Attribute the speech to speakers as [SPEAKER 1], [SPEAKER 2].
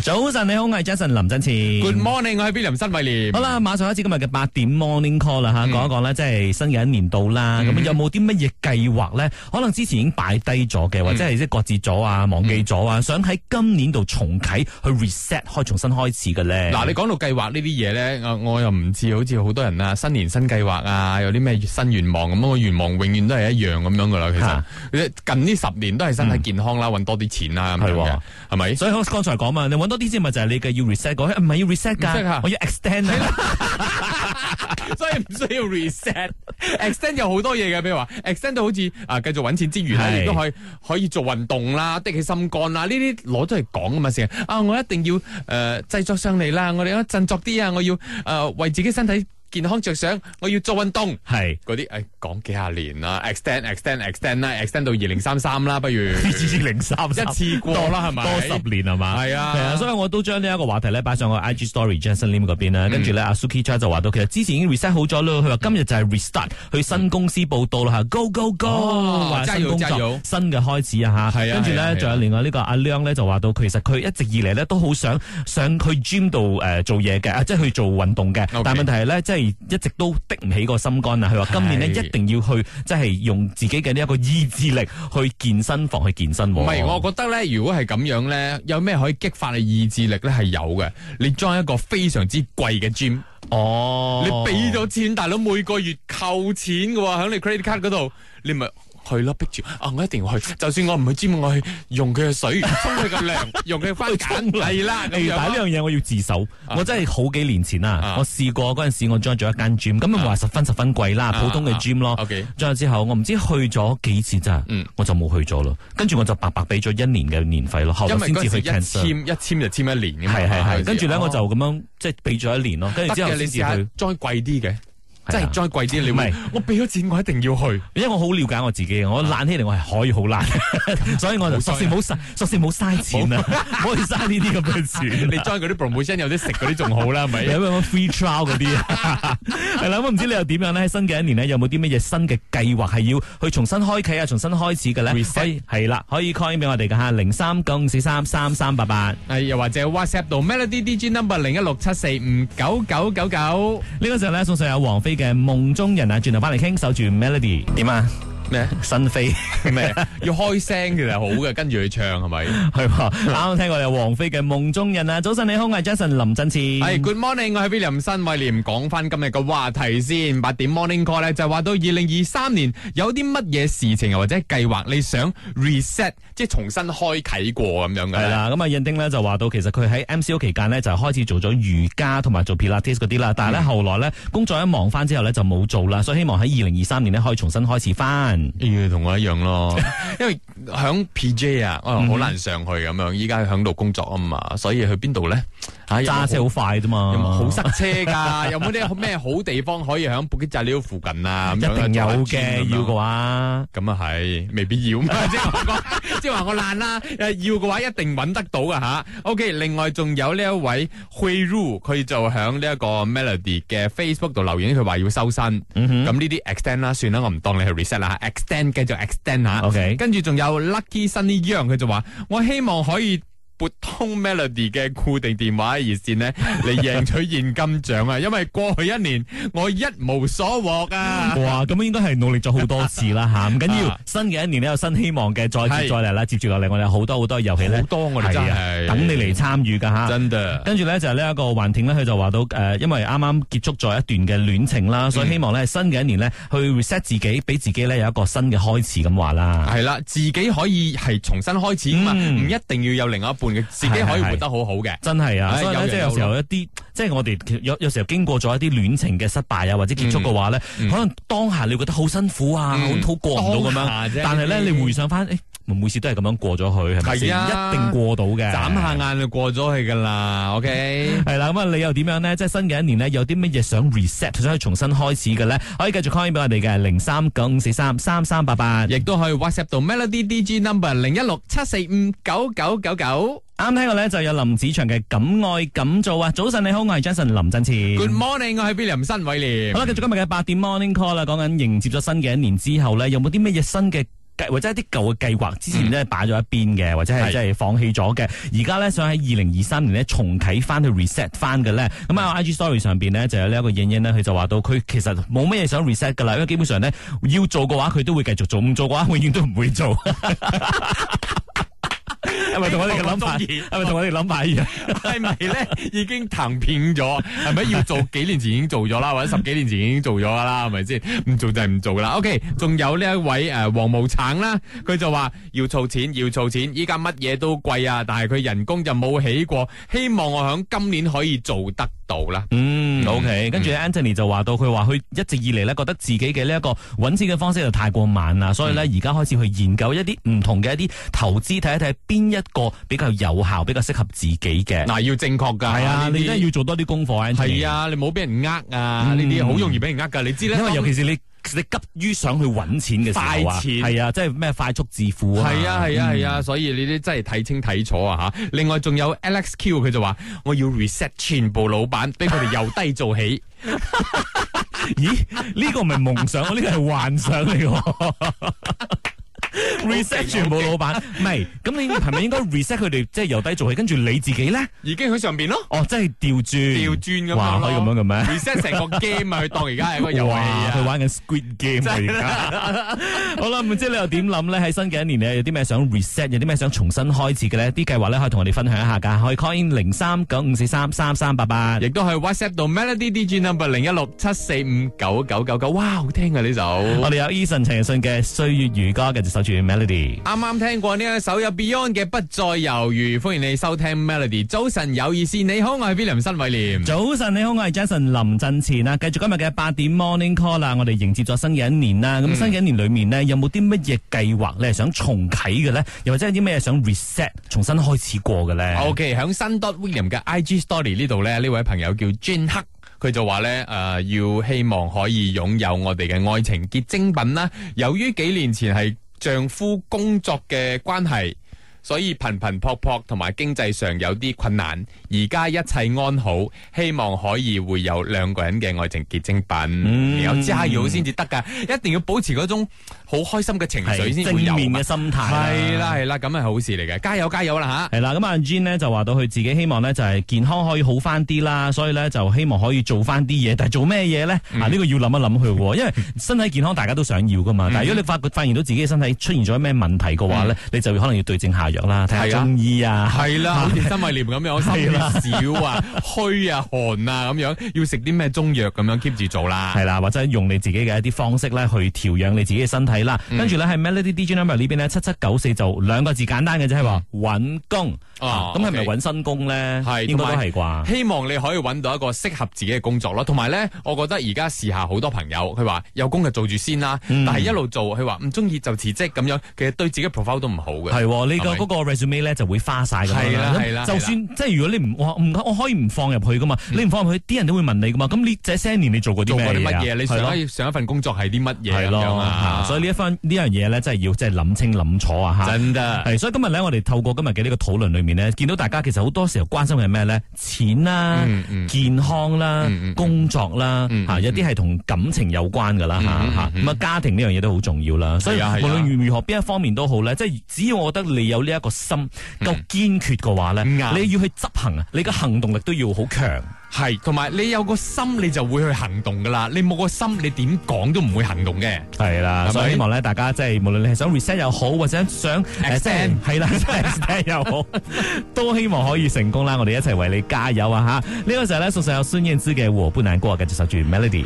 [SPEAKER 1] 早晨，你好，我係 Jason 林振前。
[SPEAKER 2] Good morning，我係 William 新偉廉。
[SPEAKER 1] 好啦，馬上開始今日嘅八點 morning call 啦吓，
[SPEAKER 2] 嗯
[SPEAKER 1] 講一講咧，即係新嘅一年度啦，咁、
[SPEAKER 2] 嗯
[SPEAKER 1] 有冇啲乜嘢計劃咧？可能之前已經擺低咗
[SPEAKER 2] 嗯
[SPEAKER 1] 嘅，或者係即係擱置咗啊、忘記咗啊，想喺今年度重啟去 reset 開重新開始嘅咧。
[SPEAKER 2] 嗱，你講到計劃呢啲嘢咧，我我又唔似好似好多人啊，新年新計劃啊，有啲咩新願望咁，我願望永遠都係一樣咁樣噶啦。其實近呢十年都係身體健康啦，搵多啲錢啦咁樣
[SPEAKER 1] 嗯係
[SPEAKER 2] 嘅
[SPEAKER 1] 喎，
[SPEAKER 2] 係咪？
[SPEAKER 1] 所以我剛才講嘛，你揾多啲先咪就係你嘅要 reset 嗰，唔係要 reset
[SPEAKER 2] 唔識
[SPEAKER 1] 㗎
[SPEAKER 2] 啊，
[SPEAKER 1] 我要 extend 啊，
[SPEAKER 2] 所以唔需要 reset。extend 有好多嘢嘅，譬如話 extend 到好似啊繼續揾錢之餘
[SPEAKER 1] 係
[SPEAKER 2] 咧，亦都可以可以做運動啦、的起心肝啦，呢啲攞出嚟講啊嘛，成日啊我一定要誒、呃、製作上嚟啦，我哋一振作啲啊，我要誒、呃、為自己身體健康着想，我要做運動。
[SPEAKER 1] 係。
[SPEAKER 2] 嗰啲誒講幾廿年啦，extend extend extend 啦，extend 到二零三三啦，不如
[SPEAKER 1] 二零三
[SPEAKER 2] 一次過啦係咪
[SPEAKER 1] 多十年係嘛？
[SPEAKER 2] 係啊
[SPEAKER 1] 係啊，所以我都將呢一個話題咧擺上我 IG Story Jason Lim 嗰邊
[SPEAKER 2] 嗯
[SPEAKER 1] 啦。跟住咧，阿 Suki Chan 就話到，其實之前已經 reset 好咗咯。佢話今日就係 restart 去新公司報道啦嚇，Go Go Go，
[SPEAKER 2] 哦
[SPEAKER 1] 話
[SPEAKER 2] 加
[SPEAKER 1] 新
[SPEAKER 2] 油
[SPEAKER 1] 工
[SPEAKER 2] 加
[SPEAKER 1] 作
[SPEAKER 2] 油
[SPEAKER 1] 新嘅開始啊嚇。
[SPEAKER 2] 係啊
[SPEAKER 1] 跟住
[SPEAKER 2] 係啊
[SPEAKER 1] 咧
[SPEAKER 2] 係啊
[SPEAKER 1] 仲有另外呢個阿亮咧就話到，其實佢一直以嚟咧都好想想去 gym 度誒做嘢嘅，啊即係去做運動嘅。
[SPEAKER 2] OK
[SPEAKER 1] 但係問題係咧，即係一直都的唔起個心肝啊。佢話今年呢，
[SPEAKER 2] 係
[SPEAKER 1] 一定要去即係用自己嘅呢一個意志力去健身房去健身喎。
[SPEAKER 2] 唔係，我覺得咧，如果係咁樣咧，有咩可以激發你意志力咧係有嘅。你 join 一個非常之貴嘅 gym。
[SPEAKER 1] 哦，
[SPEAKER 2] 你俾咗錢，大佬每個月扣錢嘅喎，喺你 credit card 嗰度，你咪去咯，逼住啊！我一定要去，就算我唔去 gym，我去用佢嘅水，沖佢嘅涼，用佢嘅番
[SPEAKER 1] 沖
[SPEAKER 2] 梘，
[SPEAKER 1] 涼
[SPEAKER 2] 係啦，咁
[SPEAKER 1] 誒但係
[SPEAKER 2] 樣
[SPEAKER 1] 呢樣嘢我要自首，
[SPEAKER 2] 哎啊
[SPEAKER 1] 我真係好幾年前啦
[SPEAKER 2] 啊，嗯
[SPEAKER 1] 我試過嗰陣時我 join 咗一間 gym，咁啊話十分十分貴啦，
[SPEAKER 2] 啊
[SPEAKER 1] 普通嘅
[SPEAKER 2] 啊
[SPEAKER 1] gym 咯
[SPEAKER 2] OK
[SPEAKER 1] ，join 咗之後我唔知去咗幾次咋
[SPEAKER 2] 嗯，
[SPEAKER 1] 我就冇去咗咯，跟住我就白白俾咗一年嘅年費咯，後
[SPEAKER 2] 因
[SPEAKER 1] 來
[SPEAKER 2] 為
[SPEAKER 1] 先
[SPEAKER 2] 嗰
[SPEAKER 1] 至
[SPEAKER 2] 時
[SPEAKER 1] 去
[SPEAKER 2] 一
[SPEAKER 1] cancel，
[SPEAKER 2] 簽一簽就簽一年㗎嘛
[SPEAKER 1] 係係
[SPEAKER 2] 嗰陣
[SPEAKER 1] 係，
[SPEAKER 2] 時
[SPEAKER 1] 跟住咧我
[SPEAKER 2] 哦
[SPEAKER 1] 就咁樣即係俾咗一年咯，跟住
[SPEAKER 2] 得
[SPEAKER 1] 哎之後
[SPEAKER 2] 嘅，你
[SPEAKER 1] 先
[SPEAKER 2] 試
[SPEAKER 1] 至
[SPEAKER 2] 下
[SPEAKER 1] 去，啊
[SPEAKER 2] 再貴啲嘅，即
[SPEAKER 1] 係啊
[SPEAKER 2] 係再貴啲，你
[SPEAKER 1] 唔係
[SPEAKER 2] 會我俾咗錢，我一定要去。
[SPEAKER 1] 因為我好了解我自己，我
[SPEAKER 2] 啊
[SPEAKER 1] 懶起嚟我係可以好懶， 所以我就
[SPEAKER 2] 冇錯
[SPEAKER 1] 索性冇嘥，索性冇嘥錢啦， 唔可以嘥呢啲咁嘅錢。
[SPEAKER 2] 你 join 嗰啲 promotion 有啲食嗰啲仲好啦，係咪？
[SPEAKER 1] 有冇 free trial 嗰啲 啊？係啦，咁唔知你又點樣咧？喺新嘅一年咧，有冇啲乜嘢新嘅計劃係要去重新開啟啊、重新開始嘅咧？
[SPEAKER 2] Reset
[SPEAKER 1] 可以係啦，可以 call in 俾我哋嘅吓，零三九五四三三三八八。
[SPEAKER 2] 係又或者 WhatsApp 到 Melody D G number 零一六七四五九九九九
[SPEAKER 1] 呢個時候咧，送上有王菲嘅《夢中人》啊，轉頭翻嚟傾，守住 Melody 點啊？
[SPEAKER 2] 咩？
[SPEAKER 1] 新飛
[SPEAKER 2] 咩？要開聲其實好嘅，跟住去唱係咪？
[SPEAKER 1] 係嘛？啱啱聽過有王菲嘅《夢中人》啊！早晨你好，我係 Jason 林振前。
[SPEAKER 2] 係哎 Good morning，我係 William 新威廉，講翻今日嘅話題先。八點 Morning Call 咧就話到二零二三年有啲乜嘢事情又或者計劃你想 reset，即係重新開啟過咁樣嘅
[SPEAKER 1] 係
[SPEAKER 2] 咧。
[SPEAKER 1] 啦，咁啊，印丁咧就話到，其實佢喺 MCO 期間呢，就開始做咗瑜伽同埋做 Pilates 嗰啲啦，但係咧後來咧工作一忙翻之後咧就冇做啦，所以希望喺二零二三年呢，可以重新開始翻。
[SPEAKER 2] 要同我一樣咯， 因為響 PJ 啊，
[SPEAKER 1] 嗯
[SPEAKER 2] 可能好難上去咁樣。依家響度工作啊嘛，所以去邊度咧？啊有
[SPEAKER 1] 揸
[SPEAKER 2] 冇
[SPEAKER 1] 哎車好啊快啫嘛，
[SPEAKER 2] 有冇好塞車噶？有冇啲咩好地方可以喺布吉扎料附近啊？
[SPEAKER 1] 一
[SPEAKER 2] 咁樣
[SPEAKER 1] 定有
[SPEAKER 2] 做下
[SPEAKER 1] 嘅，
[SPEAKER 2] gym 咁樣
[SPEAKER 1] 要嘅話。
[SPEAKER 2] 咁啊係，未必要 嘛，即係我講，即係話我爛啦。誒要嘅話一定揾得到噶吓。OK，另外仲有呢一位 Hui Ru，佢就響呢一個 Melody 嘅 Facebook 度留言，佢話要修身。咁
[SPEAKER 1] 嗯哼
[SPEAKER 2] 呢啲 extend 啦，算啦，我唔當你係 reset 啦吓，extend 繼續 extend 吓。
[SPEAKER 1] OK
[SPEAKER 2] 跟住仲有 Lucky Sunny Yang，佢就話我希望可以。撥通 Melody 嘅固定電話熱 線呢，嚟贏取現金獎啊！因為過去一年我一無所獲啊！
[SPEAKER 1] 哇，咁應該係努力咗好多次 啦吓，唔緊要
[SPEAKER 2] 啊，
[SPEAKER 1] 新嘅一年呢，有新希望嘅，再接
[SPEAKER 2] 係
[SPEAKER 1] 再嚟啦，接住落嚟我哋有好多好多遊戲咧
[SPEAKER 2] 好，多我哋真
[SPEAKER 1] 係啊
[SPEAKER 2] 係
[SPEAKER 1] 等你嚟參與噶吓。
[SPEAKER 2] 真的。
[SPEAKER 1] 跟住咧就係呢一個環挺咧，佢就話到誒、呃因為啱啱結束咗一段嘅戀情
[SPEAKER 2] 嗯
[SPEAKER 1] 啦，所以希望咧新嘅一年咧去 reset 自己，俾自己咧有一個新嘅開始咁話啦。
[SPEAKER 2] 系啦，自己可以係重新開始啊嘛，
[SPEAKER 1] 嗯
[SPEAKER 2] 唔一定要有另外一半嘅，自己可以活得好好嘅。
[SPEAKER 1] 真係啊，
[SPEAKER 2] 唉
[SPEAKER 1] 所以咧
[SPEAKER 2] 有
[SPEAKER 1] 即係
[SPEAKER 2] 人
[SPEAKER 1] 有時候
[SPEAKER 2] 有
[SPEAKER 1] 一啲，即係我哋其有有時候經過咗一啲戀情嘅失敗啊，或者結束嘅話咧，
[SPEAKER 2] 嗯嗯
[SPEAKER 1] 可能當下你會覺得好辛苦啊，好
[SPEAKER 2] 嗯
[SPEAKER 1] 好過唔到咁
[SPEAKER 2] 當
[SPEAKER 1] 樣，
[SPEAKER 2] 下啫
[SPEAKER 1] 但係咧
[SPEAKER 2] 呢啲
[SPEAKER 1] 你回想翻，誒每次都係咁樣過咗佢，係咪先？
[SPEAKER 2] 係啊
[SPEAKER 1] 一定過到嘅。
[SPEAKER 2] 眨下眼就過咗去噶啦，OK。
[SPEAKER 1] 系啦，咁啊，你又點樣呢？即係新嘅一年呢，有啲乜嘢想 reset，想去重新開始嘅呢？可以繼續 call in 俾我哋嘅零三九五四三三三八八。
[SPEAKER 2] 亦都可以 WhatsApp 到 Melody DG number 零一六七四五九九九九。
[SPEAKER 1] 啱聽過呢，就有林子祥嘅《敢愛敢做》啊！早晨你好，我係 Jason 林振前。
[SPEAKER 2] Good morning，我係 William 新偉廉
[SPEAKER 1] 好。啦，繼續今日嘅八點 morning call 啦，講緊迎接咗新嘅一年之後呢，有冇啲乜嘢新嘅計或者一啲舊嘅計劃之前咧擺咗一邊嘅，或者係
[SPEAKER 2] 嗯係
[SPEAKER 1] 即係放棄咗嘅，而家咧想喺二零二三年咧重啟翻去 reset 翻嘅咧。咁
[SPEAKER 2] 嗯
[SPEAKER 1] 啊，IG Story 上邊咧就有呢一個影影咧，佢就話到佢其實冇乜嘢想 reset 噶啦，因為基本上咧要做嘅話佢都會繼續做，唔做嘅話永遠都唔會 做。係咪同我哋嘅諗法？
[SPEAKER 2] 我中意
[SPEAKER 1] 係咪同我哋諗法一樣？
[SPEAKER 2] 系咪咧已經騰片咗？係咪要做幾年前已經做咗啦，或者十幾年前已經做咗啦？係咪先？唔做就係唔做啦。OK，仲有呢一位诶黃毛橙啦，佢就話要儲錢，要儲錢。依家乜嘢都貴啊，但係佢人工就冇起過。希望我響今年可以做得到啦。
[SPEAKER 1] 嗯
[SPEAKER 2] 嗯
[SPEAKER 1] ，OK，跟住 Anthony 就話到，佢話佢一直以嚟咧，覺得自己嘅呢一個揾錢嘅方式就太過慢
[SPEAKER 2] 嗯
[SPEAKER 1] 啦，所以咧而家開始去研究一啲唔同嘅一啲投資，睇一睇邊一個比較有效、比較適合自己嘅。
[SPEAKER 2] 嗱，要正確㗎。
[SPEAKER 1] 係啊，
[SPEAKER 2] 呢
[SPEAKER 1] 你真
[SPEAKER 2] 啲
[SPEAKER 1] 係要做多啲功課，Anthony。
[SPEAKER 2] 系，啊，你冇俾人呃啊，
[SPEAKER 1] 嗯
[SPEAKER 2] 呢啲好容易俾人呃㗎。你知咧，
[SPEAKER 1] 因為尤
[SPEAKER 2] 當
[SPEAKER 1] 其是你你急於想去揾錢嘅時候啊，
[SPEAKER 2] 快錢
[SPEAKER 1] 係啊，即係咩快速致富啊嘛。
[SPEAKER 2] 系啊系啊系啊，所以呢啲真係睇清睇楚啊吓。另外仲有 Alex Q 佢就話：我要 reset 全部老闆，俾佢哋由低做起。
[SPEAKER 1] 咦？呢個唔係夢想，呢個係幻想嚟 喎。reset 全部老闆，唔係咁你係咪應該 reset 佢哋，即係由低做起，跟住你自己咧？
[SPEAKER 2] 已經喺上边咯
[SPEAKER 1] 哦，真係調轉，
[SPEAKER 2] 調轉咁樣
[SPEAKER 1] 哇，
[SPEAKER 2] 咯
[SPEAKER 1] 可以咁樣嘅咩？
[SPEAKER 2] ，reset 成個 game 啊，佢當而家係一個遊戲
[SPEAKER 1] 哇！佢
[SPEAKER 2] 啊。
[SPEAKER 1] 玩緊 Squid Game 啊，而家 好啦，唔知你又點諗咧？喺新嘅一年咧，有啲咩想 reset，有啲咩想重新開始嘅咧？啲計劃咧可以同我哋分享一下噶，可以 call in 零三九五四三三三八八。
[SPEAKER 2] 亦都係 WhatsApp 到 Melody DJ number 零一六七四五九九九九，哇，好聽啊呢首
[SPEAKER 1] 我。哋有 Eason 陳奕迅嘅《歲月如歌》，繼續守住 Melody。
[SPEAKER 2] 啱啱聽過呢一首有 Beyond 嘅《不再猶豫》，歡迎你收聽 Melody。早晨有意思，你好，我係 William 新偉廉。
[SPEAKER 1] 早晨，你好，我係 Jason 林振前啊啦。繼續今日嘅八點 Morning Call 啦，我哋迎接咗新嘅一年啦。
[SPEAKER 2] 嗯
[SPEAKER 1] 咁、新嘅一年裏面呢，有冇啲乜嘢計劃你係想重啟嘅咧？又或者有啲咩想 reset 重新開始過嘅 咧
[SPEAKER 2] O.K. 喺新 dot William 嘅 I.G. Story 呢度咧，呢位朋友叫 Jane 黑。佢就話咧，誒、要希望可以擁有我哋嘅愛情結晶品啦。由於幾年前係丈夫工作嘅關係，所以頻頻撲撲同埋經濟上有啲困難。而家一切安好，希望可以會有兩個人嘅愛情結晶
[SPEAKER 1] 嗯
[SPEAKER 2] 品。有加油先至得㗎，一定要保持嗰種好開心嘅情緒
[SPEAKER 1] 係
[SPEAKER 2] 先
[SPEAKER 1] 正
[SPEAKER 2] 會有
[SPEAKER 1] 面
[SPEAKER 2] 嘛
[SPEAKER 1] 嘅。心態啦
[SPEAKER 2] 係啦係啦，咁係好事嚟嘅，加油加油啦嚇！
[SPEAKER 1] 系啦，咁阿啊 Jean 咧就話到佢自己希望咧就係健康可以好翻啲啦，所以咧就希望可以做翻啲嘢，但係做咩嘢咧？
[SPEAKER 2] 嗯
[SPEAKER 1] 啊呢個要諗一諗佢喎，因為身體健康大家都想要噶嘛。但係如果你發覺發現到自己嘅身體出現咗咩問題嘅話咧，你就可能要對症下藥啦，睇
[SPEAKER 2] 啊係
[SPEAKER 1] 下
[SPEAKER 2] 啊
[SPEAKER 1] 中醫啊。
[SPEAKER 2] 系啦，好似心胃炎咁樣，心血少啊、虛啊、寒啊咁樣，要食啲咩中藥咁樣 keep 住做啦
[SPEAKER 1] 系。啦，或者用你自己嘅一啲方式咧，去調養你自己嘅身體啦。
[SPEAKER 2] 嗯
[SPEAKER 1] 跟住咧喺 Melody DJ number 呢邊咧，七七九四就兩個字簡單嘅啫，係話揾工。啊
[SPEAKER 2] 哦
[SPEAKER 1] 咁係咪
[SPEAKER 2] OK
[SPEAKER 1] 揾新工咧？
[SPEAKER 2] 係
[SPEAKER 1] 應該都
[SPEAKER 2] 同埋
[SPEAKER 1] 係啩。
[SPEAKER 2] 希望你可以揾到一個適合自己嘅工作咯，同埋咧，我覺得而家時下好多朋友，佢話有工就做住先啦，
[SPEAKER 1] 嗯
[SPEAKER 2] 但係一路做，佢話唔中意就辭職咁樣，其實對自己 profile 都唔好嘅。
[SPEAKER 1] 係喎，你
[SPEAKER 2] 係
[SPEAKER 1] 個
[SPEAKER 2] 咪
[SPEAKER 1] 嗰個 resume 咧就會花晒咁樣
[SPEAKER 2] 係啦係啦嗯
[SPEAKER 1] 就算即係如果你唔我唔我可以唔放入去噶嘛，你唔放入去，啲人都會問你噶嘛。咁你這些年你做過啲
[SPEAKER 2] 做過
[SPEAKER 1] 咩
[SPEAKER 2] 啲乜
[SPEAKER 1] 嘢啊？
[SPEAKER 2] 嘢？你
[SPEAKER 1] 係
[SPEAKER 2] 上
[SPEAKER 1] 咯
[SPEAKER 2] 一上一份工作係啲乜嘢
[SPEAKER 1] 係
[SPEAKER 2] 咁樣啊
[SPEAKER 1] 咯，？所以呢一番呢樣嘢咧，真係要即係諗清諗楚啊吓。
[SPEAKER 2] 真㗎。
[SPEAKER 1] 系，所以今日咧，我哋透過今日嘅呢個討論裏面咧，見到大家其實好多時候關心嘅係咩咧？錢啦、
[SPEAKER 2] 嗯嗯
[SPEAKER 1] 健康啦、
[SPEAKER 2] 嗯嗯嗯
[SPEAKER 1] 工作啦，
[SPEAKER 2] 嗯嗯
[SPEAKER 1] 嚇有啲係同感情有關噶啦
[SPEAKER 2] 嗯
[SPEAKER 1] 嚇
[SPEAKER 2] 嗯
[SPEAKER 1] 嚇
[SPEAKER 2] 嗯
[SPEAKER 1] 咁啊家庭呢樣嘢都好重要啦。所以
[SPEAKER 2] 係啊係啊
[SPEAKER 1] 無論如何邊一方面都好咧，即係只要我覺得你有呢一個心夠堅決嘅話咧，
[SPEAKER 2] 嗯
[SPEAKER 1] 你
[SPEAKER 2] 啱
[SPEAKER 1] 要去執行啊，你嘅行動力都要好強。
[SPEAKER 2] 係，同埋你有個心，你就會去行動噶啦。你冇個心，你點講都唔會行動嘅。
[SPEAKER 1] 係啦，
[SPEAKER 2] 係咪
[SPEAKER 1] 所以希望咧，大家即係無論你係想 reset 又好，或者想呃
[SPEAKER 2] Extend
[SPEAKER 1] 系啦 extend 又 好，都希望可以成功啦！我哋一齊為你加油啊！吓，呢個時候咧，送上有孫燕姿嘅《和不難過》，繼續守住 Melody。